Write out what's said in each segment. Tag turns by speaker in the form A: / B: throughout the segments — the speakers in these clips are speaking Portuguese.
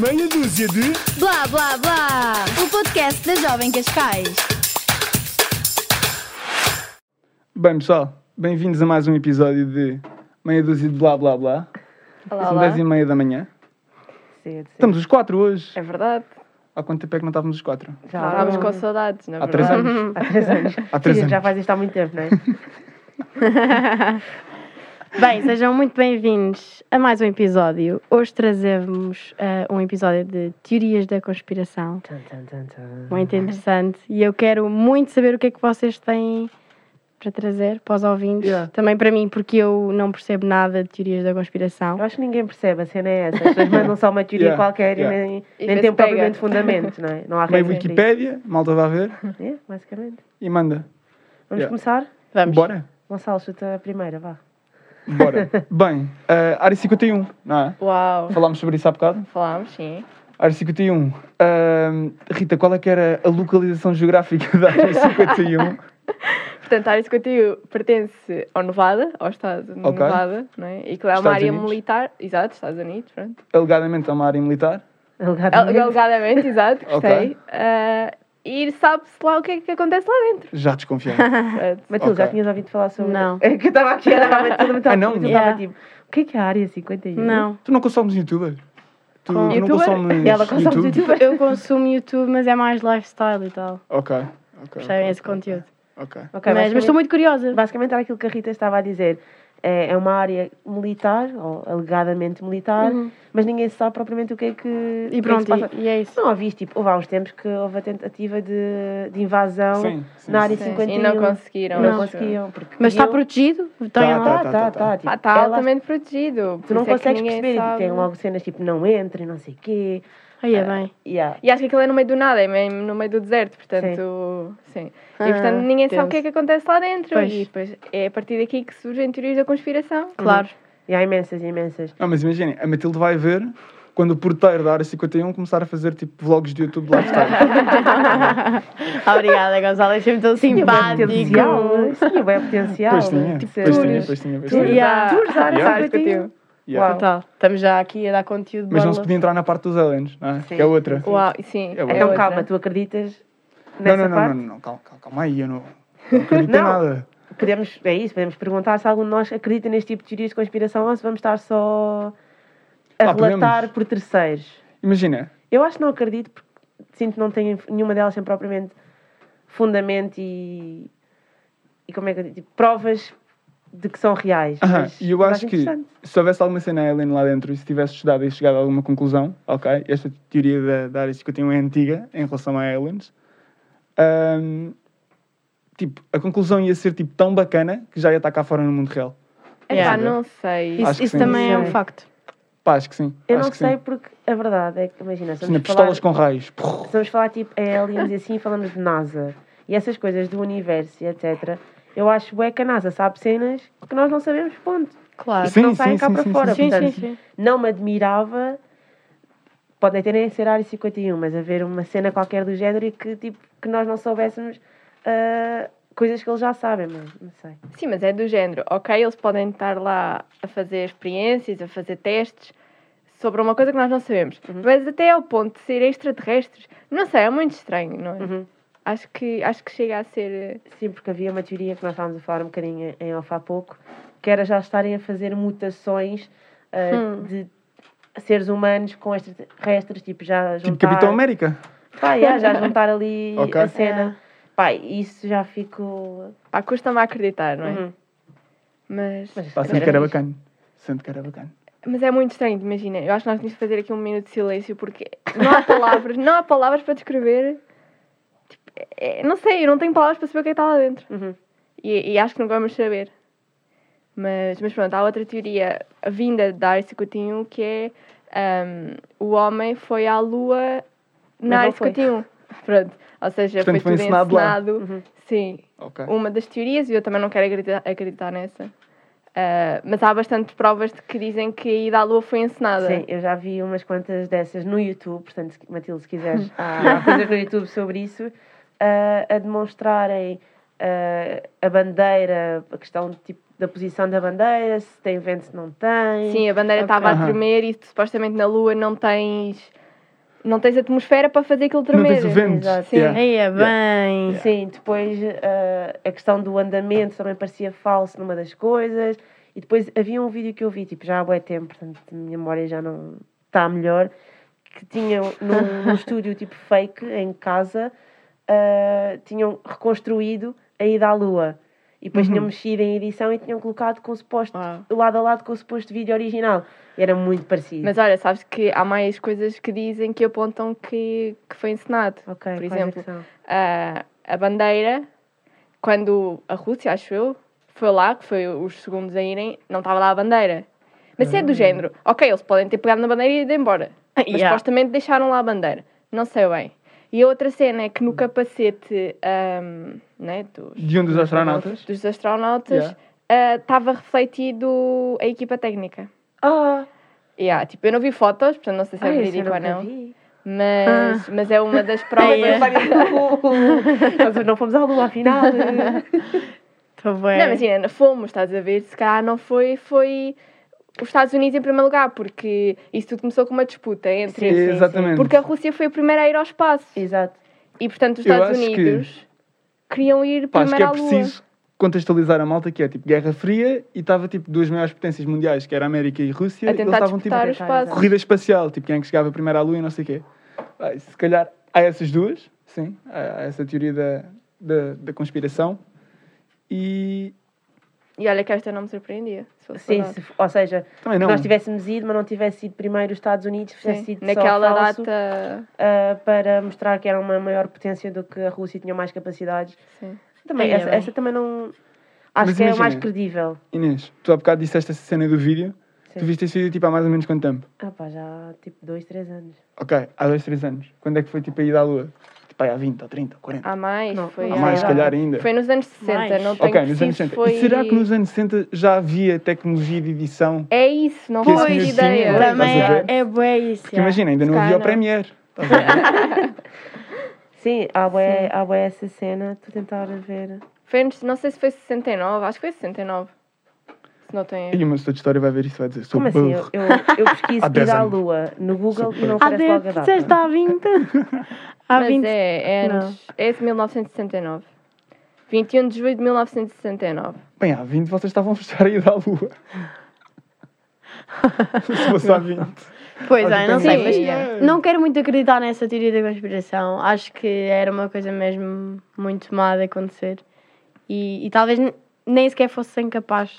A: Meia dúzia de.
B: Blá blá blá! O podcast da Jovem Cascais.
A: Bem, pessoal, bem-vindos a mais um episódio de Meia dúzia de blá blá blá.
C: Olá,
A: São
C: olá.
A: 10 e meia da manhã.
C: Cedo, cedo.
A: assim, Estamos os quatro hoje.
C: É verdade.
A: Há quanto tempo é que não estávamos os quatro?
C: Já
D: Estávamos com saudades, na
A: Há três
D: verdade.
A: anos.
C: Há três anos.
A: Há três
C: Sim, Já
A: anos.
C: faz isto há muito tempo, não é? Bem,
D: Sejam muito bem-vindos a mais um episódio. Hoje trazemos ah, um episódio de Teorias da Conspiração.
C: tum, tum, tum, tum.
D: Muito interessante. E eu quero muito saber o que é que vocês têm para trazer para os ouvintes.
A: Yeah.
D: Também para mim, porque eu não percebo nada de Teorias da Conspiração.
C: Eu acho que ninguém percebe, a cena é essa. As pessoas mandam só uma teoria
A: Yeah,
C: qualquer
A: yeah.
C: e nem,
D: E
C: nem
D: vê
C: tem
D: se pega.
C: propriamente fundamento, não é? Não há
A: Meia
C: regra escrita.
A: Wikipédia, malta vai ver
C: É, basicamente.
A: e manda.
C: Vamos
A: Yeah.
C: começar?
D: Vamos.
A: Bora?
C: Gonçalo, chuta a primeira, vá.
A: Bora. Bem, eh, área 51, não é?
D: Uau!
A: Falámos sobre isso há bocado.
D: Falámos, sim.
A: Área 51. Ahm, Rita, qual é que era a localização geográfica da Área 51?
E: Portanto, a área 51 pertence ao Nevada, ao estado de
A: Ok.
E: Nevada, não é? E que lá é uma
A: Estados
E: área
A: Unidos.
E: militar, exato, Estados Unidos, pronto.
A: Alegadamente é uma área militar.
C: Alegadamente.
E: Alegadamente, exato,
A: Ok.
E: gostei. Ah, e sabe-se lá o que é que acontece lá dentro.
A: Já desconfiei.
E: Pronto.
C: Matilde, já
A: Ok.
C: tinhas ouvido falar sobre...
D: Não.
C: É que eu estava aqui, era realmente tudo muito
A: Ah, não?
C: Eu
D: Yeah.
C: estava tipo, o que é que é a área 51?
D: Não.
A: Tu não consomes youtuber? Tu, tu
D: Com-
A: não
E: Youtuber?
A: consomes
C: Ela consome
A: YouTube?
C: YouTube.
D: Eu consumo YouTube, mas é mais lifestyle e tal.
A: Ok. ok,
D: Percebem
A: ok,
D: esse conteúdo.
A: Ok.
C: Ok,
D: mas, mas
C: basicamente-
D: estou muito curiosa.
C: Basicamente era aquilo que a Rita estava a dizer. É, é uma área militar, ou alegadamente militar,
D: Uhum.
C: mas ninguém sabe propriamente o que é que. o que é
D: E
C: que
D: pronto,
C: se passa.
D: e, e é isso.
C: Não ouviste, tipo, houve há uns tempos que houve a tentativa de, de invasão
A: Sim, sim,
C: na área
E: Sim,
C: 51.
E: E não
C: Não,
E: conseguiram. acho.
C: conseguiam. Porque
D: Mas tá está
C: eu-
D: protegido? Estão
A: Tá,
D: lá?
A: tá,
C: Tá, tá, tá. tipo,
E: Pá, está
C: ela-
E: altamente protegido.
C: Tu
E: por
C: não
E: isso é que
C: consegues
E: ninguém
C: perceber. tipo,
E: sabe.
C: Tem logo cenas tipo, não entre, não sei o quê.
D: Aí é bem.
C: Yeah.
E: E acho que aquilo é no meio do nada, é mesmo no meio do deserto, portanto, sim. E portanto ninguém sabe o que é que acontece lá dentro.
D: Ah, Pois.
E: E depois é a partir daqui que surgem teorias da conspiração.
D: Claro.
C: E há imensas, imensas.
A: Não, mas imaginem, a Matilde vai ver quando o porteiro da área 51 começar a fazer tipo vlogs de YouTube
C: Ah,
A: lifestyle.
D: Obrigada, Gonzalo. Achei-me tão
C: Potencial.
D: simpático.
C: Sim, é potencial.
A: Pois tinha,
C: Tipo,
A: pois tinha,
C: tours.
A: pois tinha, pois
C: Tours.
A: tinha.
D: Yeah.
C: Tours da área
A: Ah, Yeah.
C: 51.
A: Yeah.
C: Uau.
D: Tal. ah, Estamos já aqui a dar conteúdo.
A: Mas não
D: bora
A: se
D: lá.
A: podia entrar na parte dos aliens, não é?
C: Sim,
A: Que é outra.
E: Uau, sim.
A: É bom.
E: é
C: Então
E: outra.
C: calma, tu acreditas
A: Não,
C: nessa
A: não, não,
C: parte?
A: não, não, não, calma, calma, calma aí, eu não, não acredito em
C: Não.
A: nada.
C: Podemos, é isso, podemos perguntar se algum de nós acredita neste tipo de teorias de conspiração ou se vamos estar só a
A: Ah, podemos.
C: relatar por terceiros.
A: Imagina,
C: Eu acho que não acredito porque sinto que não tenho inf- nenhuma delas sem propriamente fundamento e, e como é que eu digo, tipo, provas de que são reais.
A: Aham,
C: mas-
A: e eu
C: mas
A: acho que
C: interessante.
A: se houvesse alguma cena alien lá dentro e se tivesse estudado e chegado a alguma conclusão, ok, esta teoria da, da área 51 é antiga em relação a aliens, ahm, tipo, a conclusão ia ser tipo tão bacana que já ia estar cá fora no mundo real.
E: Epá,
D: Yeah.
E: não sei.
A: Acho
D: Isso,
A: que sim.
D: isso também é um
C: Sim.
D: facto.
A: Pá, acho que sim.
C: Eu
A: acho
C: não
A: que
C: sei
A: sim.
C: porque a verdade é que, imagina, se
A: Imagina,
C: vamos falar,
A: pistolas com raios.
C: se vamos falar tipo a aliens e assim, falamos de NASA e essas coisas do universo e etc. Eu acho bué que a NASA sabe cenas que nós não sabemos, ponto.
D: Claro.
A: Sim,
C: Ah, não saem cá para
A: é
C: fora.
D: Sim, sim,
C: portanto,
D: sim.
C: não me admirava. Pode até nem ser a área 51, mas haver uma cena qualquer do género e que, tipo, que nós não soubéssemos ah, coisas que eles já sabem, mas não sei.
E: Sim, mas é do género. Ok, eles podem estar lá a fazer experiências, a fazer testes sobre uma coisa que nós não sabemos. Mas até ao ponto de ser extraterrestres, não sei, é muito estranho, não é?
C: Uhum.
E: Acho, que, acho que chega a ser. eh,
C: Sim, porque havia uma teoria que nós estávamos a falar um bocadinho em off há pouco, que era já estarem a fazer mutações ah, de seres humanos com extraterrestres, tipo, já juntar...
A: Tipo Capitão América.
C: Pá, yeah, já juntar ali
A: Ok.
C: a cena. Pá, isso já fico...
E: Pá, custa-me a acreditar, não é?
C: Uhum.
E: Mas,
C: Mas-
A: Pá, sinto
C: Era
A: que era
C: fixe.
A: bacana. Sinto que era bacana.
E: mas é muito estranho, imagina. Eu acho que nós temos de fazer aqui um minuto de silêncio porque não há palavras, não há palavras para descrever. Tipo, é- é- não sei, eu não tenho palavras para saber o que é que está lá dentro.
C: Uhum.
E: E, e acho que nunca vamos saber. Mas, mas pronto, há outra teoria vinda da Área 51 que é ahm, o homem foi à Lua
C: não
E: na Área
C: foi.
E: 51. Pronto, ou seja,
A: Portanto,
E: foi
A: foi
E: tudo
A: encenado lá.
E: encenado.
C: Uhum.
E: Sim,
A: Ok.
E: uma das teorias, e eu também não quero acreditar, acreditar nessa. Ah, mas há bastante provas de que dizem que a ida à Lua foi encenada.
C: Sim, eu já vi umas quantas dessas no YouTube, portanto, se- Matilde, se quiseres, há há coisas no YouTube sobre isso, ah, a demonstrarem ah, a bandeira, a questão de, tipo, da posição da bandeira, se tem vento, se não tem.
E: Sim, a bandeira
D: Ok.
E: estava
A: Aham.
E: a tremer e supostamente na Lua não tens Não tens atmosfera para fazer aquilo
A: Não
E: tremer.
A: tens o vento.
C: exato.
E: Sim.
A: Yeah.
D: Aí é bem.
C: Sim, depois ah, a questão do andamento também parecia falso numa das coisas. E depois havia um vídeo que eu vi, tipo, já há bué tempo, portanto, a minha memória já não está melhor, que tinham num, num estúdio tipo fake, em casa, ah, tinham reconstruído a ida à lua. E depois tinham mexido em edição e tinham colocado com o suposto,
E: Uhum. Uau.
C: lado a lado com o suposto vídeo original. E era muito parecido.
E: Mas olha, sabes que há mais coisas que dizem que apontam que, que foi encenado.
C: Ok,
E: Por
C: quais é que
E: exemplo,
C: são?
E: a, a bandeira, quando a Rússia, acho eu, foi lá, que foi os segundos a irem, não estava lá a bandeira. Mas se é
A: Ah.
E: do género, ok, eles podem ter pegado na bandeira e ido embora. Mas
D: Yeah.
E: supostamente deixaram lá a bandeira. Não sei bem. E a outra cena é que no capacete ahm, né, dos,
A: De um dos astronautas.
E: dos astronautas ah, estava refletido a equipa técnica.
C: Ah,
E: Yeah, tipo, eu não vi fotos, portanto não sei se é
C: ai, isso eu
E: verídico ou
C: nunca
E: não.
C: vi.
E: Mas, mas é uma das
C: Ai,
E: provas.
C: mas vai- Nós não fomos à lua, afinal.
D: Estou bem.
E: Não, imagina, fomos, estás a ver? Se calhar não foi, foi os Estados Unidos em primeiro lugar, porque isso tudo começou com uma disputa entre.
A: Sim, Exatamente.
E: Porque a Rússia foi a primeira a ir ao espaço.
C: Exato.
E: E portanto os
A: Eu
E: Estados
A: acho que-
E: Unidos queriam ir
A: Pá, acho que
E: primeiro
A: é
E: à Lua.
A: preciso contextualizar a malta que é tipo Guerra Fria e estava tipo duas maiores potências mundiais, que era a América e a Rússia,
E: A
A: e eles
E: tentar
A: estavam tipo
E: disputar o
C: tentar, exato.
E: espaço.
A: corrida espacial, tipo quem é que chegava primeiro à Lua e não sei o quê. Pá, se calhar há essas duas, sim, há há essa teoria da, da, da conspiração. E
E: E olha que esta não me surpreendia. Se fosse
C: Sim,
E: verdade.
C: se f- ou seja,
A: também não.
C: nós tivéssemos ido, mas não tivesse ido primeiro os Estados Unidos, tivesse
E: Sim.
C: ido
E: Naquela
C: só falso,
E: data.
C: ah, para mostrar que era uma maior potência do que a Rússia e tinha mais capacidades.
E: Sim.
C: Também,
D: Ai, é
C: essa,
D: bem.
C: essa também não. Acho
A: Mas
C: que é a mais
A: imagina.
C: credível.
A: Inês, tu há bocado disseste essa cena do vídeo.
C: Sim.
A: Tu viste esse vídeo tipo há mais ou menos quanto tempo?
C: Ah, pá, já há tipo dois, três anos.
A: Ok, há dois, três anos. Quando é que foi tipo a ida à Lua? Tipo aí há 20, ou 30, ou 40.
E: Há mais.
C: Não,
E: foi,
A: há
C: ah,
A: mais, se
C: ah,
A: calhar ainda.
E: Foi nos anos 60,
D: Mais.
E: não tenho
A: Ok, nos
E: preciso,
A: anos 60.
E: Foi...
A: E será que nos anos 60 já havia tecnologia de edição?
E: É isso, não
A: Que esse
E: faço
A: senhor tinha,
E: ideia.
A: estás a
D: Também
A: ver?
D: é, é bué isso.
A: Porque
D: já.
A: imagina, ainda não
D: Se
A: havia o
D: calhar não.
A: Premiere. Estás a ver?
C: Sim, há bué, há bué essa cena, tu tentar ver.
E: Foi antes, não sei se foi 69, acho que foi 69. Se não tenho.
A: E uma pessoa de história vai ver isso e vai dizer: sou
C: Como assim? Eu,
A: burro.
C: eu, eu pesquiso
A: Há dez
C: ir à
A: anos.
C: lua no Google e não
D: Há
C: aparece logo a
D: 10,
C: data.
D: disseste há 20. Há
E: Mas
D: 20.
E: é, é,
D: Não.
E: anos, é esse 1969. 21 de julho de 1969.
A: Bem, há 20 vocês estavam a fechar a ida à Lua. Se fosse há 20.
D: Pois
A: Acho
D: é, não
A: que
D: sei,
E: tem-
D: mas
E: Sim,
A: é.
D: não quero muito acreditar nessa teoria da conspiração. Acho que era uma coisa mesmo muito má de acontecer. E, e talvez n- nem sequer fossem capaz,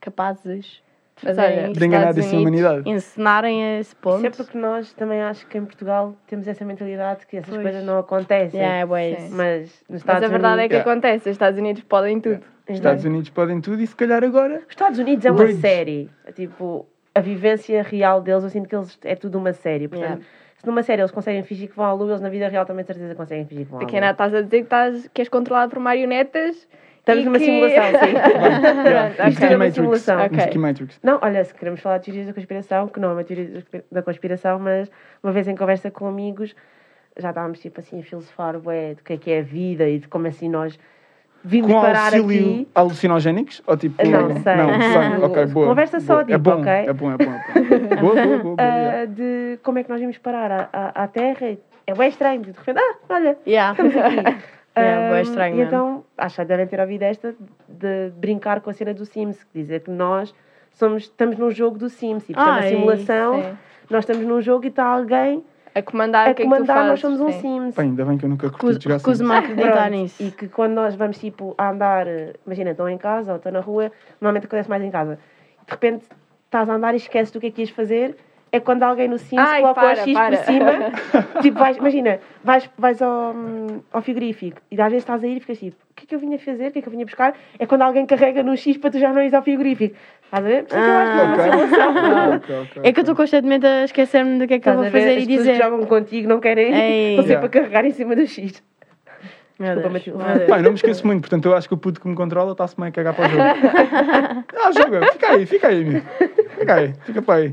D: capazes de
E: Mas
D: fazerem
E: olha,
D: isso.
A: De enganar
E: Estados
A: disse a
E: Unidos,
A: humanidade.
D: encenarem a esse
C: Isso é
D: ponto.
C: porque nós também acho que em Portugal temos essa mentalidade que essas
D: Pois.
C: coisas não acontecem.
D: Yeah, é bué
E: Sim.
D: isso.
C: Mas nos
E: Mas
C: Estados
E: a verdade é
C: Unidos.
E: que
A: Yeah.
E: acontece, os Estados Unidos podem tudo.
A: Os Estados Unidos podem tudo e se calhar agora.
C: Os Estados Unidos é uma
A: Bridge.
C: série. Tipo, a vivência real deles, eu sinto que eles é tudo uma série. Portanto,
D: Yeah.
C: se numa série eles conseguem fingir que vão à lua, eles na vida real também de certeza conseguem fingir que vão à
E: Porque
C: lua.
E: ainda estás a dizer que, estás, que és controlado por marionetas.
C: Estamos
E: e
C: numa
E: que-
C: simulação, sim.
A: Yeah.
E: Ok.
A: Isto é
C: uma
A: Matrix.
C: simulação.
A: Isto é
E: Ok.
A: Matrix.
C: Não, olha, se queremos falar de teorias da conspiração, que não é uma teoria da conspiração, mas uma vez em conversa com amigos, já estávamos tipo assim a filosofar bué, do que é que é a vida e de como assim nós vimos
A: Com
C: parar
A: auxílio
C: aqui.
A: alucinogénicos? Ou tipo.
C: Não sei.
A: Não, sei. Ok, boa.
C: Conversa só,
A: boa. é
C: tipo,
A: bom,
C: ok?
A: É bom, é bom. É bom. boa, boa, boa. boa, yeah.
C: ah, de como é que nós vimos parar à, à, à Terra. É bem estranho, de repente, ah, olha,
D: Yeah.
C: estamos aqui.
D: É, bué
C: Ah,
D: estranho
C: E
D: mesmo.
C: então, acho que devem ter ouvido esta de brincar com a cena do Sims, que dizer que nós somos, estamos num jogo do Sims, tipo, e portanto,
D: Ai,
C: a simulação,
E: Sim.
C: nós estamos num jogo e está alguém
E: A comandar
C: a
E: o que é que tu
C: comandar, nós
E: fazes.
C: somos um
E: sim.
C: Sims.
A: Pá, ainda bem que eu nunca curti de jogar Sims.
D: Recuso-me a acreditar
C: Pronto,
D: nisso.
C: E que quando nós vamos tipo a andar, eh, imagina, estão em casa ou estão na rua, normalmente acontece mais em casa. De repente estás a andar e esqueces do que é que ias fazer. É quando alguém no Sims
E: Ai,
C: coloca
E: para,
C: o X
E: para.
C: por cima. tipo, vais, imagina, vais, vais ao, hum, ao frigorífico e às vezes estás a ir e ficas tipo, o que é que eu vinha fazer? O que é que eu vinha buscar? É quando alguém carrega no X para tu já não ires ao frigorífico. Estás a ver? Por isso é que eu acho que é uma
A: Ok.
C: simulação.
A: Ok, ok,
D: É que eu
A: ok.
D: estou constantemente a esquecer-me do que é que eu
C: Estás a
D: vou
C: ver? As
D: fazer e
C: pessoas que
D: dizer.
C: jogam contigo não querem
D: Ei.
C: estão sempre
A: Yeah.
C: a carregar em cima do X.
D: Meu
C: Desculpa,
D: Deus,
C: Matilde.
D: meu Deus.
A: Pá, eu não me esqueço muito, portanto eu acho que o puto que me controla está-se meio a cagar para o jogo. Ah, joga, fica aí, fica aí, amigo. Fica aí, fica para aí.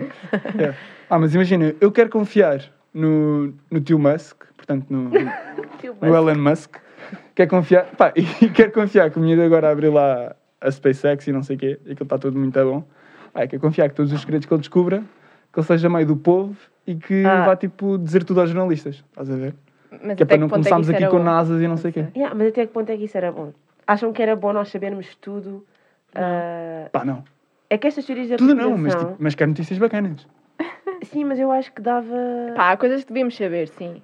A: É. Ah, mas imagina, eu quero confiar no, no tio Musk, portanto no, no Elon Musk. Quero confiar, pá, e quero confiar que o menino agora abriu lá a SpaceX e tá não sei o quê, e que ele está tudo muito bom. Pá, quero confiar que todos os segredos que ele descubra, que ele seja meio do povo e e que
C: Ah.
A: vá tipo dizer tudo aos jornalistas. Estás a ver?
E: Mas
A: Que é
E: até
A: para
E: que
A: não
E: ponto é que
A: começarmos
E: isso
A: aqui
E: era
A: com
E: bom?
A: nasas e não sei o quê.
C: Yeah, mas até que ponto é que isso era bom? Acham que era bom nós sabermos tudo? Ah,
A: Pá, não.
C: é que estas teorias da
A: Tudo não, mas,
C: conspiração- Ah,
A: tipo, mas quero notícias bacanas.
C: Sim, mas eu acho que dava...
E: Pá, há coisas que devíamos saber, sim.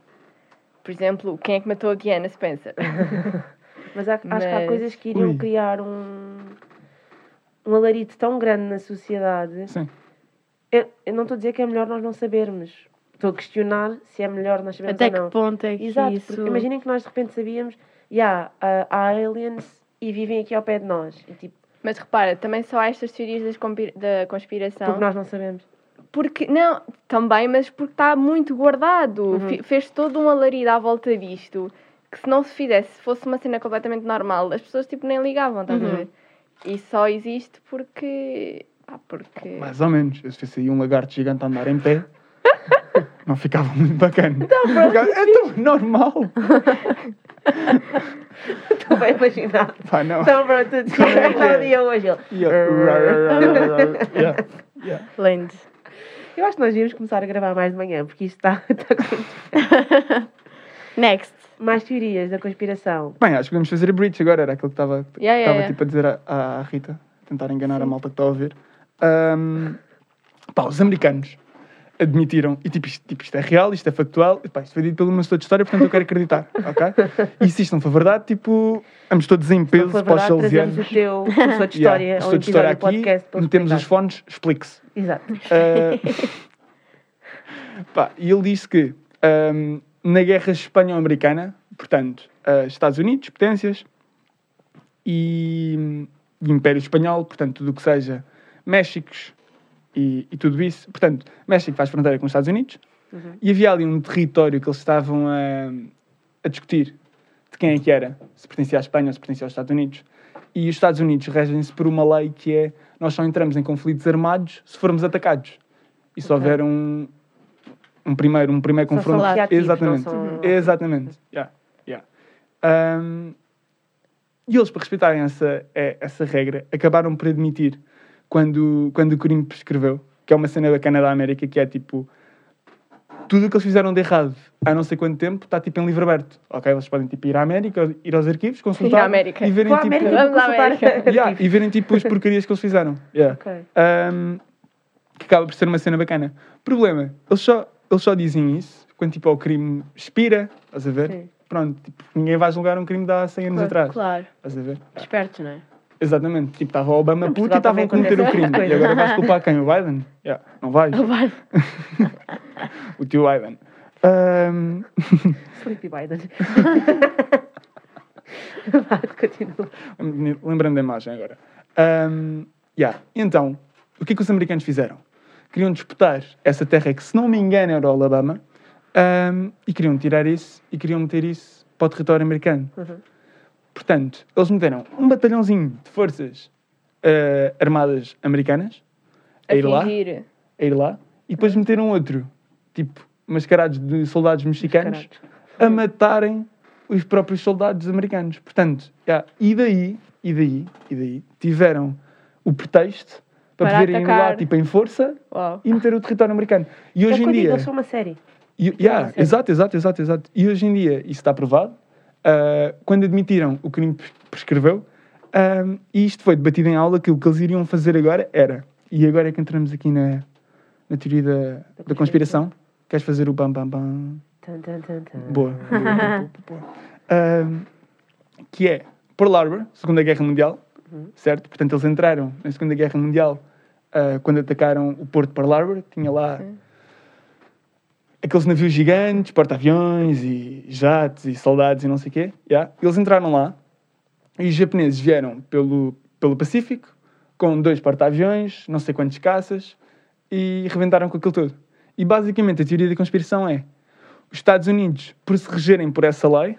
E: Por exemplo, quem é que matou a Diana Spencer?
C: Mas há- acho que há
E: Mas-
C: coisas que iriam
A: Ui.
C: criar um, um alarido tão grande na sociedade.
A: Sim.
C: Eu, eu não estou a dizer que é melhor nós não sabermos. Estou a questionar se é melhor nós sabermos
D: Até
C: ou não.
D: que ponto é que
C: Exato,
D: isso...
C: porque imaginem que nós de repente sabíamos, já, há aliens e vivem aqui ao pé de nós. E, tipo,
E: Mas repara, também só há estas teorias das compi- da conspiração.
C: porque nós não sabemos.
E: Porque, não, também, mas porque está muito guardado.
A: Uhum.
E: Fe- Fez todo um alarido à volta disto. Que se não se fizesse, se fosse uma cena completamente normal, as pessoas tipo nem ligavam, estás
A: Uhum.
E: a ver? E só existe porque. Pá, porque.
A: Mais ou menos. Eu se fosse aí um lagarto gigante a andar em pé, não ficava muito bacana. Ficava- é tão normal.
C: Estou bem imaginado.
A: Pá, não.
C: Então pronto, desculpa, o dia hoje. ele.
A: Yeah. Yeah. Yeah.
D: Lindo.
C: Eu acho que nós devíamos começar a gravar mais de manhã, porque isto tá, está... está com-
D: Next.
C: mais teorias da conspiração.
A: Bem, acho que vamos fazer a bridge agora, era aquilo que estava que
E: Yeah,
A: estava,
E: yeah,
C: É.
E: yeah.
A: tipo a dizer à, à Rita, tentar enganar a malta que está a ouvir. Ahm, pá, os americanos admitiram, e tipo isto, tipo, isto é real, isto é factual, e, pá, isto foi dito pelo meu professor de história, portanto eu quero acreditar, ok? E se isto não for verdade, tipo, vamos todos em
C: Se não
A: peso
C: for
A: para os
C: verdade, trazemos
A: salesianos.
C: o teu professor de
A: Yeah,
C: história ao
A: professor de
C: episódio
A: história
C: do podcast para
A: metemos os
C: explicar.
A: fones, explique-se.
C: Exato.
A: Ah, pá, e ele disse que ahm, na guerra espanhol-americana, portanto, ah, Estados Unidos, potências, e, e Império Espanhol, portanto, tudo o que seja Méxicos e, e tudo isso. Portanto, México faz fronteira com os Estados Unidos.
C: Uhum.
A: E havia ali um território que eles estavam a, a discutir de quem é que era, se pertencia à Espanha ou se pertencia aos Estados Unidos. E os Estados Unidos regem-se por uma lei que é nós só entramos em conflitos armados se formos atacados. E se houver um, um primeiro, um primeiro
C: Só
A: confronto.
C: são reativos, não
A: Exatamente.
C: são-
A: Exatamente. Yeah. Yeah. Um, e eles, para respeitarem essa, é- essa regra, acabaram por admitir quando, quando o crime prescreveu, que é uma cena bacana da América, que é tipo tudo o que eles fizeram de errado há não sei quanto tempo está tipo em livro aberto. Ok? Vocês podem tipo, ir à América, ir aos arquivos, consultar
E: Ir à América.
A: e verem
C: Vou à
A: tipo,
C: América
E: Vamos
C: vou
E: à
C: consultar.
E: América.
A: yeah, e verem tipo as porcarias que eles fizeram. Yeah.
C: Ok.
A: Um, que acaba por ser uma cena bacana. Problema, eles só, eles só dizem isso quando tipo, o crime expira, estás a ver?
C: Sim.
A: Pronto, tipo, ninguém vai julgar um crime de há 100 anos atrás.
D: Claro.
A: Estás a ver?
D: Espertos, não é?
A: Exatamente, tipo, estava o Obama puto e
C: Portugal
A: estavam a
C: também
A: cometer o
C: acontece
A: crime.
C: essa
A: E
C: coisa.
A: agora vais culpar quem? O Biden? Yeah, não vais.
D: Vai.
A: O tio Biden. Um,
C: Sleepy Biden. Vá, Continua.
A: Lembrando da imagem agora. Ahm, yeah. Então, o que é que os americanos fizeram? Queriam disputar essa terra que, se não me engano, era o Alabama, ahm, e queriam tirar isso e queriam meter isso para o território americano.
C: Uhum.
A: Portanto, eles meteram um batalhãozinho de forças ah, armadas americanas a
E: A
A: ir lá,
E: fingir.
A: a ir lá, e depois meteram outro, tipo, mascarados de soldados mexicanos,
C: Mascarados.
A: a matarem os próprios soldados americanos. Portanto, já, e daí, e daí, e daí, tiveram o pretexto para,
E: Para
A: poderem ir lá
E: atacar.
A: tipo, em força
E: Uau.
A: e meter o território americano. E hoje
C: É o que
A: em
C: eu digo,
A: dia.
C: Eles são uma série.
A: E, yeah, exato, exato, exato, exato. E hoje em dia isso está provado. Ah, quando admitiram o crime pres- prescreveu, ahm, e isto foi debatido em aula, que o que eles iriam fazer agora era. E agora é que entramos aqui na, na teoria da, da conspiração. Queres fazer o bam bam bam?
C: Tan, tan, tan, tan.
A: Boa. boa, boa, boa, boa. Ahm, que é Pearl Harbor, Segunda Guerra Mundial, certo? Portanto, eles entraram na Segunda Guerra Mundial ah, quando atacaram o porto de Pearl Harbor. Tinha lá aqueles navios gigantes, porta-aviões e jatos e soldados e não sei o quê. Yeah. Eles entraram lá e os japoneses vieram pelo, pelo Pacífico com dois porta-aviões, não sei quantos caças e reventaram com aquilo todo. E basicamente a teoria da conspiração é os Estados Unidos, por se regerem por essa lei,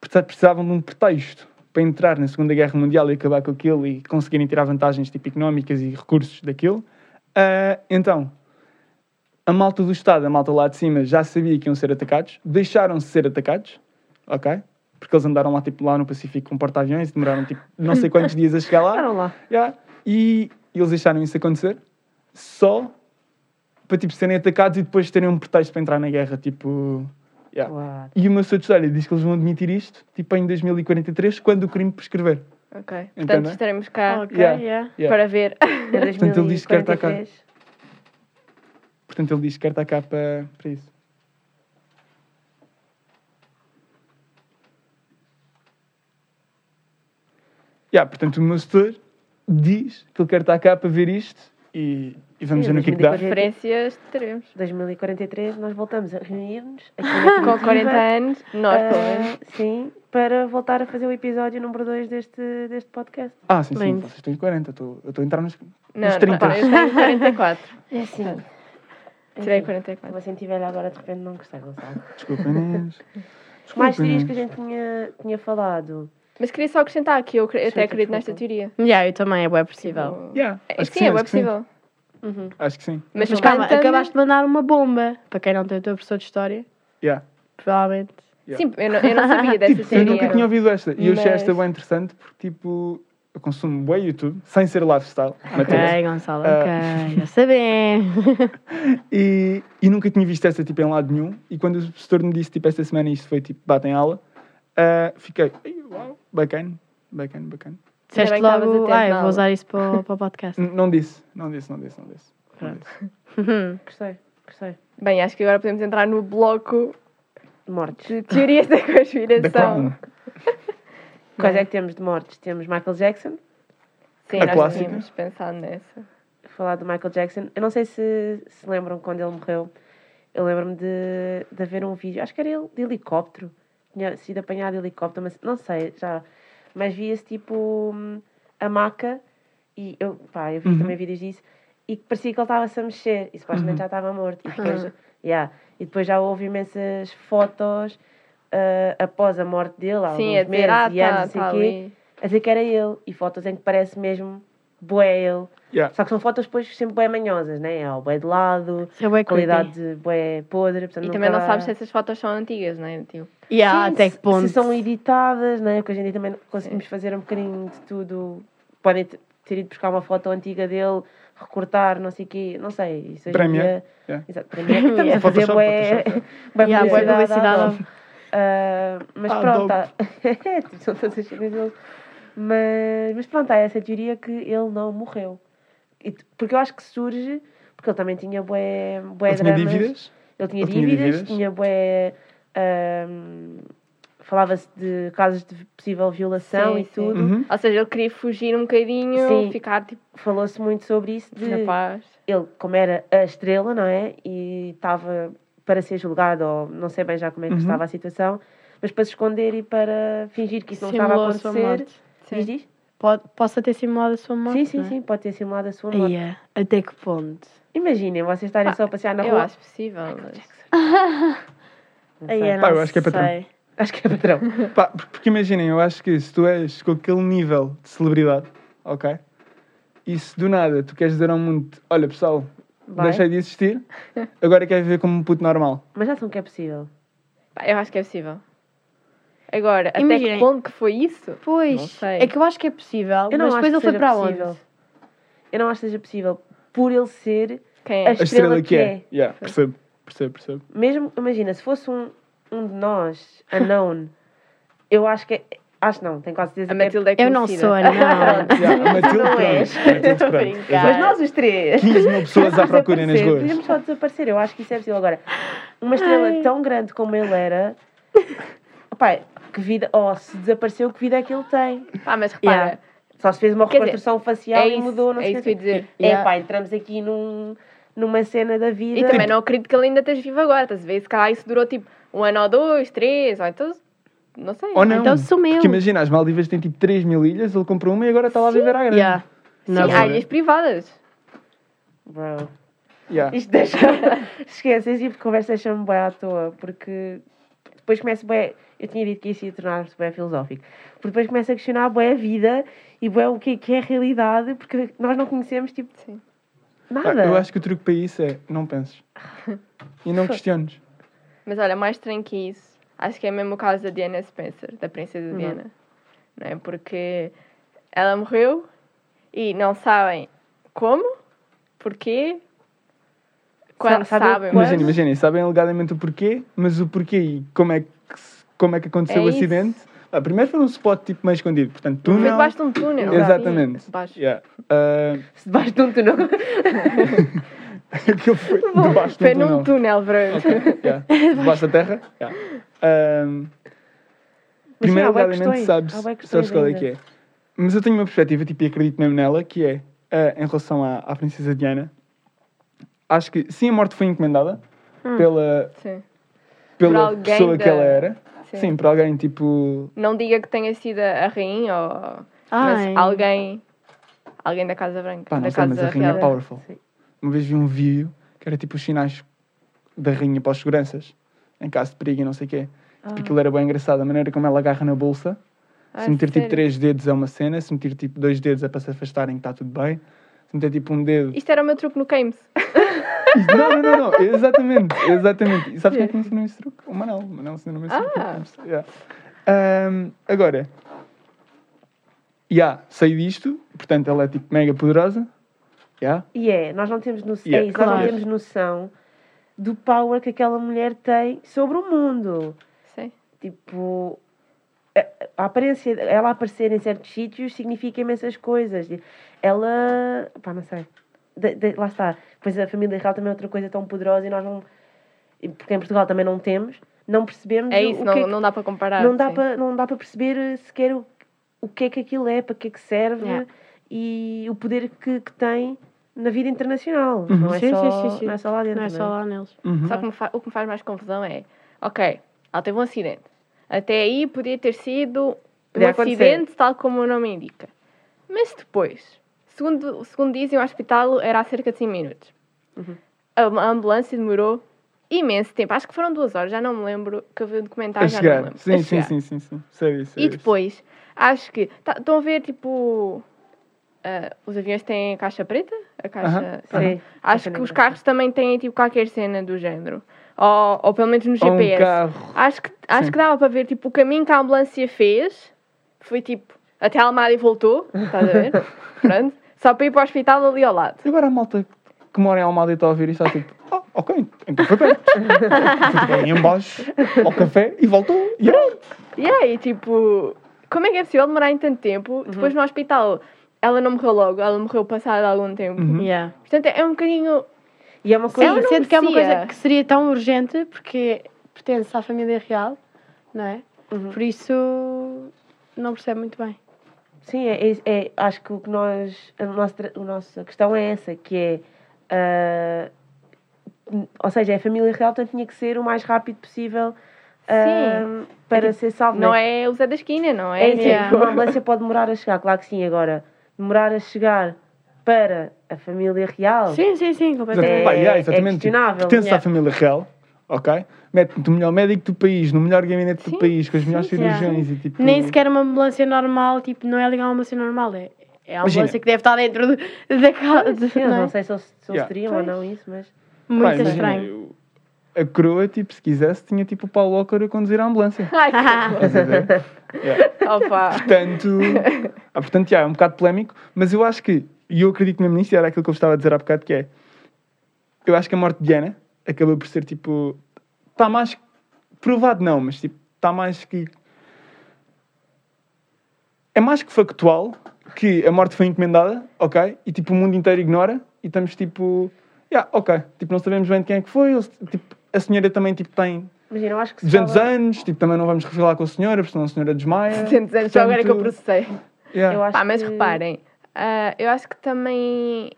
A: portanto, precisavam de um pretexto para entrar na Segunda Guerra Mundial e acabar com aquilo e conseguirem tirar vantagens tipo, económicas e recursos daquilo. Ah, então, a malta do Estado, a malta lá de cima, já sabia que iam ser atacados, deixaram-se ser atacados, ok? Porque eles andaram lá, tipo, lá no Pacífico com porta-aviões, e demoraram tipo, não sei quantos dias a chegar lá.
C: Param lá.
A: Yeah. E eles deixaram isso acontecer só para tipo, serem atacados e depois terem um pretexto para entrar na guerra. Tipo. yeah.
C: What?
A: E o meu senhor de história diz que eles vão admitir isto tipo, em 2043, quando o crime prescrever.
E: Ok.
A: Entendem?
E: Portanto, estaremos cá
D: Ok,
A: Yeah.
D: yeah.
A: Yeah.
E: para ver.
C: Em
A: Portanto, ele disse que quer estar cá.
C: 2043.
A: Portanto, ele diz que quer estar cá para, para isso. Yeah, portanto, o meu setor diz que ele quer estar cá para ver isto e, e vamos
C: Sim,
A: ver no que é que dá.
C: mas me diga
E: Referências teremos.
C: 2043 nós voltamos a reunir-nos aqui na
E: Com 40
C: comitiva,
E: anos, nós, pelo
C: ah,
E: menos.
C: sim, para voltar a fazer o episódio número 2 deste, deste podcast.
A: Ah, sim, sim,
D: Lindo.
A: vocês têm 40, eu estou- eu estou a entrar nos.
E: Não,
A: Uns
E: não,
A: 30.
E: para, eu tenho 44.
C: É sim.
E: Tirei
C: Se
E: 44.
C: você tiver agora de repente não gostei, Gonçalo.
A: Desculpa, Inês. Desculpa,
C: Mais teorias que a
A: Inês.
C: gente tinha, tinha falado.
E: Mas queria só acrescentar que eu, cre- eu
C: Sim,
E: até acredito
C: desculpa.
E: nesta teoria.
D: Yeah, eu também, é bem possível.
A: Yeah,
E: É,
A: acho que
E: sim, é
A: acho
E: bem
A: que sim.
E: possível.
A: Acho que sim.
E: Mas,
D: Mas calma,
E: espanta-me-
D: acabaste de mandar uma bomba. Para quem não tem o teu professor de História,
A: Yeah.
D: provavelmente.
E: Sim, eu não, eu não sabia dessa
A: Tipo, eu
E: teoria.
A: nunca tinha ouvido esta. E eu achei
E: Mas-
A: esta bem interessante porque, tipo, eu consumo bem YouTube, sem ser lifestyle,
D: Ok,
A: Matheus.
D: Gonçalo,
A: Ah.
D: ok. Já sabemos.
A: E, e nunca tinha visto esta tipo em lado nenhum. E quando o professor me disse tipo esta semana isto foi tipo bate em aula, ah, fiquei, "Ei, uau, bacana, bacana, bacana.
D: Disseste
E: bem que estavas
D: logo,
E: atento
D: ah,
E: na
D: eu vou
E: aula."
D: usar isso para o, para o podcast.
A: N- não disse, não disse, não disse, não disse. Não
D: Pronto.
A: disse.
C: Gostei, gostei.
E: Bem, acho que agora podemos entrar no bloco
C: De mortes.
E: de teorias da
A: Da
E: conspiração.
A: Crown.
C: Quais é que temos de mortes? Temos Michael Jackson.
E: Sim,
A: A
E: nós
A: clássica.
E: tínhamos pensado nessa.
C: Falar do Michael Jackson. Eu não sei se se lembram quando ele morreu. Eu lembro-me de, de haver um vídeo, acho que era ele, de helicóptero. Tinha sido apanhado de helicóptero, mas não sei, já. Mas via-se tipo hum, a maca e eu, pá, eu vi
A: Uhum.
C: também vídeos disso e que parecia que ele estava-se a mexer e supostamente já estava morto. E depois, yeah, e depois já houve imensas fotos ah, após a morte dele, há
E: Sim,
C: alguns
E: a dizer,
C: meses
E: ah,
C: e anos,
E: tá,
C: não sei
E: tá
C: quê
E: ali.
C: a dizer que era ele. E fotos em que parece mesmo boé ele.
A: Yeah.
C: Só que são fotos depois sempre boé manhosas, né? Há o boé de lado,
D: Isso é bem
C: a qualidade de boé podre. Portanto,
E: E
C: nunca
E: também não
C: dá-
E: sabes se é essas fotos são antigas, não é? Tipo,
D: E há
C: Sim,
D: até
C: se-
D: que ponto.
C: Se são editadas, né? Que hoje em dia também conseguimos fazer um bocadinho de tudo. Podem te- ter ido buscar uma foto antiga dele, recortar, não sei o quê, não sei. Isso hoje em
A: Premiere,
C: dia-
A: yeah.
C: Exato, Premiere. Estamos a
A: Yeah.
C: fazer
A: É Photoshop,
C: boé
A: Photoshop,
D: Yeah, bué
C: publicidade. à
D: publicidade.
C: Adobe. Ah, mas
A: Ah,
C: pronto,
A: Adobe.
C: há- Tipo, são todas as cenas dele. Mas, mas pronto, há essa teoria que ele não morreu. E t- porque eu acho que surge, porque ele também tinha bué, bué
A: Ele tinha
C: dramas.
A: dívidas?
C: Ele tinha
A: Ele tinha
C: dívidas,
A: dívidas.
C: tinha bué. ahm, Falava-se de casos de possível violação
E: Sim,
C: e
E: sim.
C: tudo.
A: Uhum.
E: ou seja, ele queria fugir um bocadinho,
C: Sim.
E: ficar tipo
C: Falou-se muito sobre isso, de
E: na paz.
C: ele, como era a estrela, não é? E estava para ser julgado, ou não sei bem já como é que
A: Uhum.
C: estava a situação, mas para se esconder e para fingir que isso não
D: Simulou a
C: estava
D: sua
C: a acontecer.
D: morte.
C: Diz, diz?
D: Pode, possa ter simulado a sua morte.
C: sim, sim,
D: não é?
C: sim, pode ter simulado a sua morte.
D: Ia, até que ponto?
C: Imaginem vocês estarem
D: Ah,
E: Pá,
C: só a passear na
E: Eu
C: rua.
E: acho possível, mas...
C: Não sei.
D: Ia, não
A: Pá, eu acho que é patrão.
D: sei.
C: Acho que é patrão.
A: Pá, porque, porque imaginem, eu acho que se tu és com aquele nível de celebridade, ok? E se do nada tu queres dizer ao mundo, olha pessoal,
C: Vai.
A: deixei de existir, agora quero viver como um puto normal.
C: Mas já são que é possível.
E: Pá, Eu acho que é possível. Agora, até
D: Imaginem.
E: que ponto que foi isso? Não
D: Pois,
E: sei.
D: é que eu acho que é possível.
C: Eu não
D: mas
C: acho
D: depois
C: que
D: ele foi
C: seja
D: para
C: possível.
D: onde?
C: Eu não acho que seja possível por ele ser,
E: Quem
C: A
E: é?
A: A estrela, que, é.
C: é.
A: Yeah, percebo, percebo, percebo.
C: mesmo, imagina, se fosse um, um de nós, unknown, eu acho que é, acho não, tenho quase certeza
E: A
C: que é-
E: Matilda é
D: Eu não
E: conhecida.
D: sou, não.
A: Yeah, é a Matilde
C: Não és.
A: pronto. a Matilde pronto,
D: Obrigada.
A: É exato.
C: Mas nós os três.
A: 15 mil pessoas à procura nas
C: Desaparecer.
A: ruas.
C: Podíamos só desaparecer, eu acho que isso é possível. Agora, uma estrela tão grande como ele era, pai, que vida, oh, se desapareceu, que vida é que ele tem?
E: Pá, Ah, mas repara,
C: Só se fez uma
E: Quer dizer,
C: reconstrução facial
E: é
C: e
E: isso,
C: mudou, não
E: é
C: sei
E: isso
C: o
E: que eu
C: quê.
E: ia dizer.
C: É pá, entramos aqui num, numa cena da vida.
E: E também não acredito que ele ainda esteja vivo agora, estás a ver? Se calhar isso durou tipo um ano ou dois, três, ou então, não sei.
A: Ou não.
D: Então sumiu.
A: Porque imagina, as Maldivas têm tipo 3 mil ilhas, ele comprou uma e agora está lá a viver à grande.
D: Yeah.
E: Sim,
D: Não,
A: Estás a
E: há
A: ver?
E: ilhas privadas.
C: Bro,
A: Yeah.
C: isto deixa. Esquece, esse tipo de conversa deixa-me bem à toa, porque depois começa bem. Eu tinha dito que isso ia tornar-se bem filosófico. Porque depois começa a questionar bem a vida e bem o que é que é a realidade, porque nós não conhecemos, tipo,
E: Sim.
A: Pá,
C: nada.
A: Ah, eu acho que o truque para isso é não penses. E não questiones.
E: Mas olha, mais estranho que isso, acho que é mesmo o caso da Diana Spencer, da princesa
C: Uhum.
E: Diana. Não é? Porque ela morreu e não sabem como, porquê, Quando
C: Sabe-
E: sabem.
C: Quando?
A: Imagina, um imagina, sabem alegadamente o porquê, mas o porquê e como é que, se- como é que aconteceu
E: É
A: o
E: isso.
A: acidente. Ah, primeiro foi num spot tipo meio escondido, portanto, tu
E: Foi
A: não.
E: debaixo de um
C: É
E: túnel.
A: Exatamente.
E: Sim, Debaixo.
A: Yeah. Ah,
C: Se debaixo de um túnel.
A: aquilo foi debaixo de
E: Foi
A: um
E: num
A: túnel.
E: túnel, branco.
A: Yeah. Debaixo da terra. Yeah. Ah,
C: Mas sim,
A: primeiro,
C: há bué
A: alegadamente,
C: questões,
A: sabes,
C: há bué
A: sabes
C: questões
A: qual é
C: ainda.
A: que é. Mas eu tenho uma perspectiva, tipo, e acredito mesmo nela, que é, ah, em relação à, à princesa Diana, acho que, sim, a morte foi encomendada
C: Hum.
A: pela,
E: Sim.
A: pela
E: alguém
A: pessoa
E: da-
A: que ela era.
E: sim.
A: Sim, para alguém, tipo,
E: Não diga que tenha sido a rainha ou...
D: Ai.
E: Mas alguém... Alguém da Casa Branca.
A: Pá, não
E: da
A: sei,
E: Casa
A: mas a rainha
E: Real.
A: é powerful.
C: Sim.
A: Uma vez vi um vídeo que era tipo os sinais da rainha para os seguranças, em caso de perigo e não sei o quê. Tipo, aquilo era bem engraçado, a maneira como ela agarra na bolsa.
E: Ah,
A: se meter tipo
E: sério?
A: três dedos é uma cena, se meter tipo dois dedos é para se afastarem que está tudo bem. Se meter tipo um dedo.
E: Isto era o meu truque no Games.
A: não, não, não, não, exatamente, exatamente. E sabes quem é que me ensinou esse truque? O Manel, o Manel ensinou-me esse
E: Ah.
A: truque. Yeah. Ahm, agora, yeah, sei disto, portanto ela é tipo mega poderosa. Yeah.
C: E é, nós não temos noção,
A: Yeah,
C: é isso, nós
A: claro.
C: não temos noção do power que aquela mulher tem sobre o mundo.
E: Sim.
C: Tipo, a, a aparência, ela aparecer em certos sítios significa imensas coisas. Ela, pá, não sei. De- de- lá está. Pois a família real também é outra coisa tão poderosa e nós não, e porque em Portugal também não temos, não percebemos
E: É
C: o-
E: isso,
C: o
E: não,
C: que é que-
E: não dá para comparar.
C: não dá
E: sim.
C: para não dá para perceber eh, sequer o, o que é que aquilo é para que é que serve
D: Yeah.
C: e o poder que, que tem na vida internacional
A: Uhum.
C: não é
D: Sim,
C: só
D: sim, sim, sim.
C: não é só lá dentro
D: Não é
C: né?
D: só lá neles.
A: Uhum.
E: Só que me fa- o que me faz mais confusão é, ok, ela teve um acidente. Até aí podia ter sido
C: Podia
E: um
C: acontecer.
E: acidente, tal como o nome indica. Mas depois, segundo, segundo dizem, o hospital era há cerca de 5 minutos.
A: Uhum.
E: A, a ambulância demorou imenso tempo. Acho que foram duas horas, já não me lembro, que eu vi um documentário,
A: A
E: já não me
A: chegar.
E: lembro.
A: Sim,
E: A
A: sim,
E: chegar.
A: sim, sim, sim. Sério,
E: E
A: sério.
E: depois, acho que. tá- estão a ver, tipo. ah, os aviões têm a caixa preta? A caixa.
A: Aham,
E: sei lá.
C: sim.
E: Acho
C: Caixa
E: que os
C: negra.
E: carros também têm, tipo, qualquer cena do género. Ou, ou pelo menos no
A: Ou um
E: GPS.
A: carro.
E: Acho, que, acho
A: Sim.
E: que dava para ver, tipo, o caminho que a ambulância fez. Foi tipo. Até a Almada e voltou. Estás a ver? Pronto. Só para ir para o hospital ali ao lado.
A: E agora a malta que mora em Almada e está a ouvir isto está tipo, ah, ok, então foi bem. Foi bem em baixo, ao café e voltou. E pronto.
E: E aí, tipo, como é que é possível demorar em tanto tempo?
A: Uhum.
E: Depois no hospital, ela não morreu logo, ela morreu passado algum tempo.
A: Uhum.
D: Yeah.
E: Portanto, é um bocadinho.
C: e é uma
D: Sim,
C: coisa
E: não
D: sendo que é uma
E: merecia.
D: coisa que seria tão urgente porque pertence à família real, não é?
C: Uhum.
D: Por isso não percebe muito bem.
C: sim é, é- é- acho que o que nós a nossa tra- a nossa questão é essa que é ah, n- ou seja, a família real então, tinha que ser o mais rápido possível ah, para ser salvo.
E: Não
C: né?
E: é o Zé da Esquina, não é?
C: É isso,
D: Yeah.
C: é, uma ambulância pode demorar a chegar, claro que sim, agora, demorar a chegar para a família real,
D: Sim, sim, sim, completamente.
A: Exatamente.
C: É-
A: Pá, yeah,
C: é
A: exatamente. Tipo,
C: questionável,
A: Pertence à
D: yeah.
A: família real, ok? Mete-te no melhor médico do país, no melhor gabinete do
E: Sim,
A: país, com as melhores
D: sim,
A: cirurgiões e tipo.
D: Nem sequer uma ambulância normal, tipo, não é ligar uma ambulância normal, é, é a
A: Imagina.
D: ambulância que deve estar dentro do- da casa.
C: Sim, eu
D: não é?
C: não sei se eles, se eles
A: Yeah.
C: teriam ou não isso, mas...
A: Pá,
D: Muito
A: imagina,
D: estranho.
A: eu- A coroa, tipo, se quisesse, tinha tipo o Paulo Walker a conduzir a ambulância.
E: Ai, que
A: Estás a ver? Yeah.
E: Opa.
A: Portanto, ah, portanto já, é um bocado polémico, mas eu acho que, e eu acredito mesmo nisto, e era aquilo que eu vos estava a dizer há bocado, que é, eu acho que a morte de Diana acabou por ser, tipo, está mais provado não, mas, tipo, está mais que... É mais que factual que a morte foi encomendada, ok? E, tipo, o mundo inteiro ignora, e estamos, tipo, yeah, ok, tipo, não sabemos bem de quem é que foi, eles, tipo, a senhora também, tipo, tem
C: Imagina, eu acho que se
A: 200
C: fala-
A: anos, tipo, também não vamos revelar com a senhora, porque senão a senhora desmaia.
E: 200 anos, só agora é que eu
A: Portanto,
E: processei.
A: yeah.
C: Eu acho
E: Pá, mas
C: que-
E: reparem, ah, eu acho que também.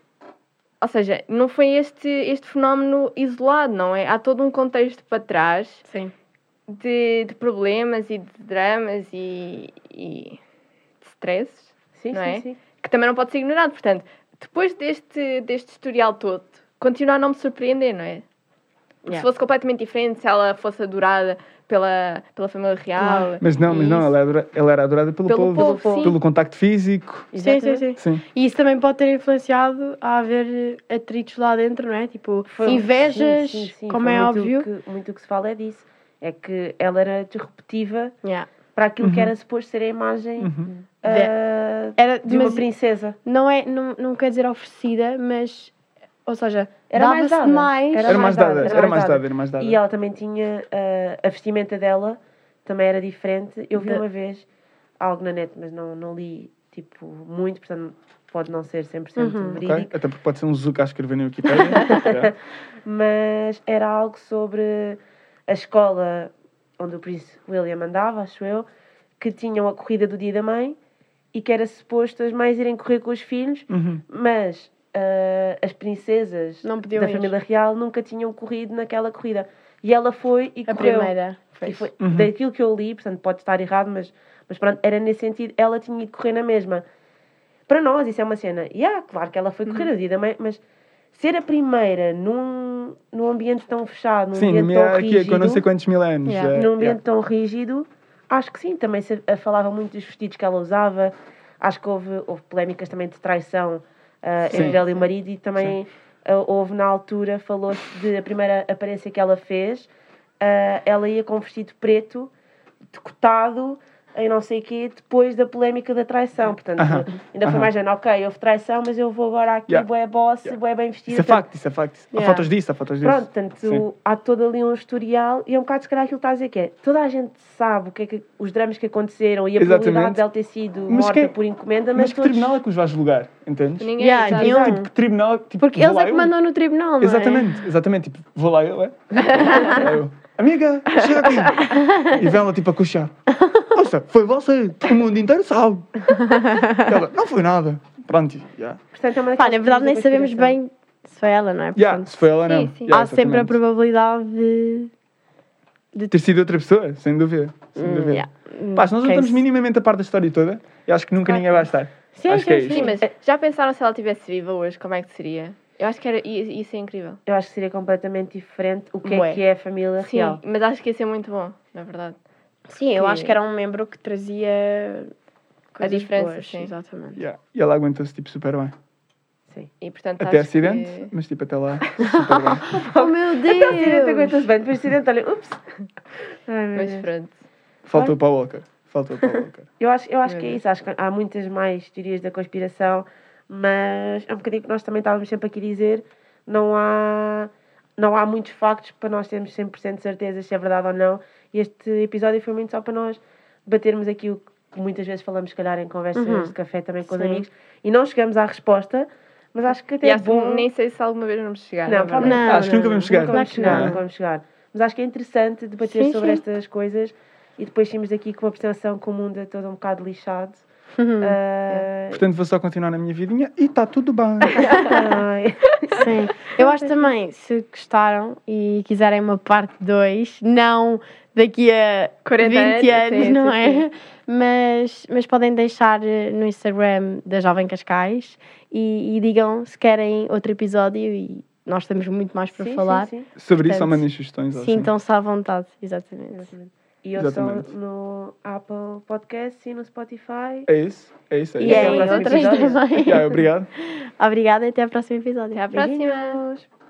E: Ou seja, não foi este, este fenómeno isolado, não é? Há todo um contexto para trás
D: Sim.
E: de, de problemas e de dramas e, e de stresses
C: Sim,
E: não
C: sim,
E: é?
C: sim.
E: que também não pode ser ignorado. Portanto, depois deste, deste historial todo, continua a não me surpreender, não é? Porque Se
D: Yeah.
E: fosse completamente diferente, se ela fosse adorada pela, pela família real.
A: Mas não, mas não,
E: Isso.
A: ela era, ela era adorada pelo,
E: Pelo
A: povo,
E: povo, sim.
A: pelo contacto físico.
D: Sim, sim,
C: Exatamente.
D: sim.
A: Sim.
D: E isso também pode ter influenciado a haver eh, atritos lá dentro, não é? Tipo, invejas,
C: Sim, sim, sim,
D: como
C: foi
D: é
C: muito
D: óbvio.
C: Que, muito o que se fala é disso. É que ela era disruptiva
D: Yeah.
C: para aquilo
D: Uhum.
C: que era suposto ser a imagem
A: Uhum.
C: ah,
D: Era,
C: de uma
D: É. mas
C: princesa.
D: não, é, não, não quer dizer oferecida, mas. Ou seja,
C: Era mais
D: Dava-se
C: dada.
D: mais.
A: Era mais dada, era mais dada, era
D: Tá
A: mais dada.
C: E ela também tinha ah, a vestimenta dela, também era diferente. Eu vi
D: Da-
C: uma vez algo na net, mas não, não li tipo muito, portanto pode não ser 100%
D: Uhum.
A: Ok?
C: verídico.
A: Até porque pode ser um Zuka a escrever na Wikipedia. Yeah.
C: Mas era algo sobre a escola onde o Príncipe William andava, acho eu, que tinham a corrida do dia da mãe e que era suposto as mães irem correr com os filhos,
A: Uhum.
C: mas ah, as princesas
D: Não podiam
C: da
D: ir.
C: família real nunca tinham corrido naquela corrida. E ela foi e
D: A
C: correu.
D: primeira.
C: E
D: Pois.
C: foi
A: Uhum.
C: daquilo que eu li, portanto pode estar errado, mas, mas pronto, era nesse sentido, ela tinha ido correr na mesma. Para nós, isso é uma cena. E ah, claro que ela foi correr a vida, mas, mas ser a primeira num, num ambiente tão fechado, num
A: Sim, é na
C: ambiente tão
A: minha com
C: Um rígido,
A: não sei quantos mil anos.
D: Yeah.
A: yeah,
C: num ambiente
A: É, yeah.
C: tão rígido, acho que sim, também se a- falava muito dos vestidos que ela usava, acho que houve, houve polémicas também de traição ah,
A: Sim.
C: entre ela e o marido e também ah, houve na altura, falou-se de a primeira aparência que ela fez, ah, ela ia com um vestido preto, decotado, em não sei o quê, depois da polémica da traição, portanto,
A: Aham.
C: ainda foi
A: Aham.
C: mais ano, ok, houve traição, mas eu vou agora aqui,
A: Yeah.
C: boé boss,
A: Yeah.
C: boé bem vestida,
A: Isso é facto, isso é facto. Há
D: Yeah.
A: fotos disso, há fotos disso.
C: Pronto, portanto, há todo ali um historial e é um bocado se calhar aquilo que está a dizer que é toda a gente sabe o que é que, os dramas que aconteceram e a
A: Exatamente.
C: probabilidade dela ter sido
A: Mas
C: morta
A: que- é-
C: por encomenda,
A: Mas,
C: mas,
A: que
C: todos-
A: tribunal é que os vais julgar? Entendes?
E: Ninguém
D: Yeah,
E: sabe.
D: nenhum.
A: Tipo, que tribunal. Tipo,
D: Porque
A: vou
D: eles
A: lá
D: é que
A: eu?
D: mandam no tribunal, não é?
A: Exatamente, exatamente. Tipo, vou lá eu, é? Vou lá eu. Amiga, chega aqui. E vem ela tipo a coxar. Nossa, foi você, porque o mundo inteiro sabe. E ela, não foi nada. Pronto, já. Yeah.
C: portanto, é uma
D: Pá,
C: daquelas
D: na verdade
C: teorias
D: nem
C: da
D: sabemos
C: conspiração.
D: bem se foi ela, não é?
A: Yeah,
D: Portanto,
A: se foi ela, não.
E: sim.
A: Yeah,
D: há sempre a
A: exatamente.
D: probabilidade de...
A: Ter sido outra pessoa, sem dúvida. Sem dúvida.
D: Hum, Yeah. Hum,
A: Pá, se nós não
D: Quem
A: estamos
D: se-
A: minimamente a par da história toda, eu acho que nunca ninguém vai estar.
D: Sim,
A: acho que é
D: sim,
A: isto.
E: Sim, mas já pensaram se ela estivesse viva hoje, como é que seria? Eu acho que era, i- isso é incrível.
C: Eu acho que seria completamente diferente o que
D: Bué.
C: é que é a família
E: Sim,
C: real.
E: mas acho que ia ser muito bom, na verdade.
D: Sim, eu
E: que-
D: acho que era um membro que trazia coisas
E: diferença,
D: boas,
E: sim.
D: Exatamente.
A: Yeah. E ela aguentou-se tipo super bem.
E: E portanto
A: Até
E: acho
A: acidente,
D: é.
E: que-
A: mas tipo até lá, super bem.
D: Oh meu
C: Até o acidente
D: Deus!
C: aguenta-se bem, depois o acidente, olha, ups. Ai, meu
E: Mas
C: Deus.
E: pronto.
A: Faltou para o Walker. Faltou para o Walker.
C: Eu acho, eu acho
E: Meu
C: que é
E: Deus.
C: isso. Acho que há muitas mais teorias da conspiração, mas é um bocadinho que nós também estávamos sempre aqui a dizer: não há, não há muitos factos para nós termos 100% de certeza se é verdade ou não. E este episódio foi muito só para nós batermos aqui o que muitas vezes falamos, se calhar, em conversas
D: Uhum.
C: de café também com os
D: Sim.
C: amigos, e não chegamos à resposta, mas acho que até
E: E
C: é
E: acho que
C: bom.
E: nem sei se alguma vez vamos chegar.
C: Não,
E: na
C: provavelmente
E: verdade.
A: Acho que nunca vamos chegar. é?
C: Nunca vamos
D: Claro que
C: chegar,
D: não. é?
C: nunca vamos chegar. Mas acho que é interessante debater
D: Sim,
C: sobre
D: sim.
C: estas coisas e depois temos daqui com uma percepção que o mundo é todo um bocado lixado.
D: Uhum.
C: Ah,
A: Portanto, vou só continuar na minha vidinha e está tudo bem.
C: ai.
D: Sim. Eu acho também, se gostaram e quiserem uma parte 2, não daqui a
E: 40
D: 20 anos,
E: anos, sim,
D: não
E: sim,
D: é?
E: sim.
D: Mas, mas podem deixar eh, no Instagram da Jovem Cascais e, e digam se querem outro episódio e nós temos muito mais para
C: Sim,
D: falar.
C: sim, sim,
A: Sobre isso,
D: Portanto, então
A: há mandem sugestões. acho.
D: Sintam-se à vontade, exatamente.
C: exatamente. E eu sou
A: Exatamente.
C: no Apple Podcast e no Spotify.
A: É isso? É isso? É
D: E
A: isso?
D: é
C: o próximo
D: outras
C: episódio.
D: também.
A: Yeah, obrigado.
D: Obrigada e até ao próximo episódio.
E: Até à próxima.
C: Beijinhos.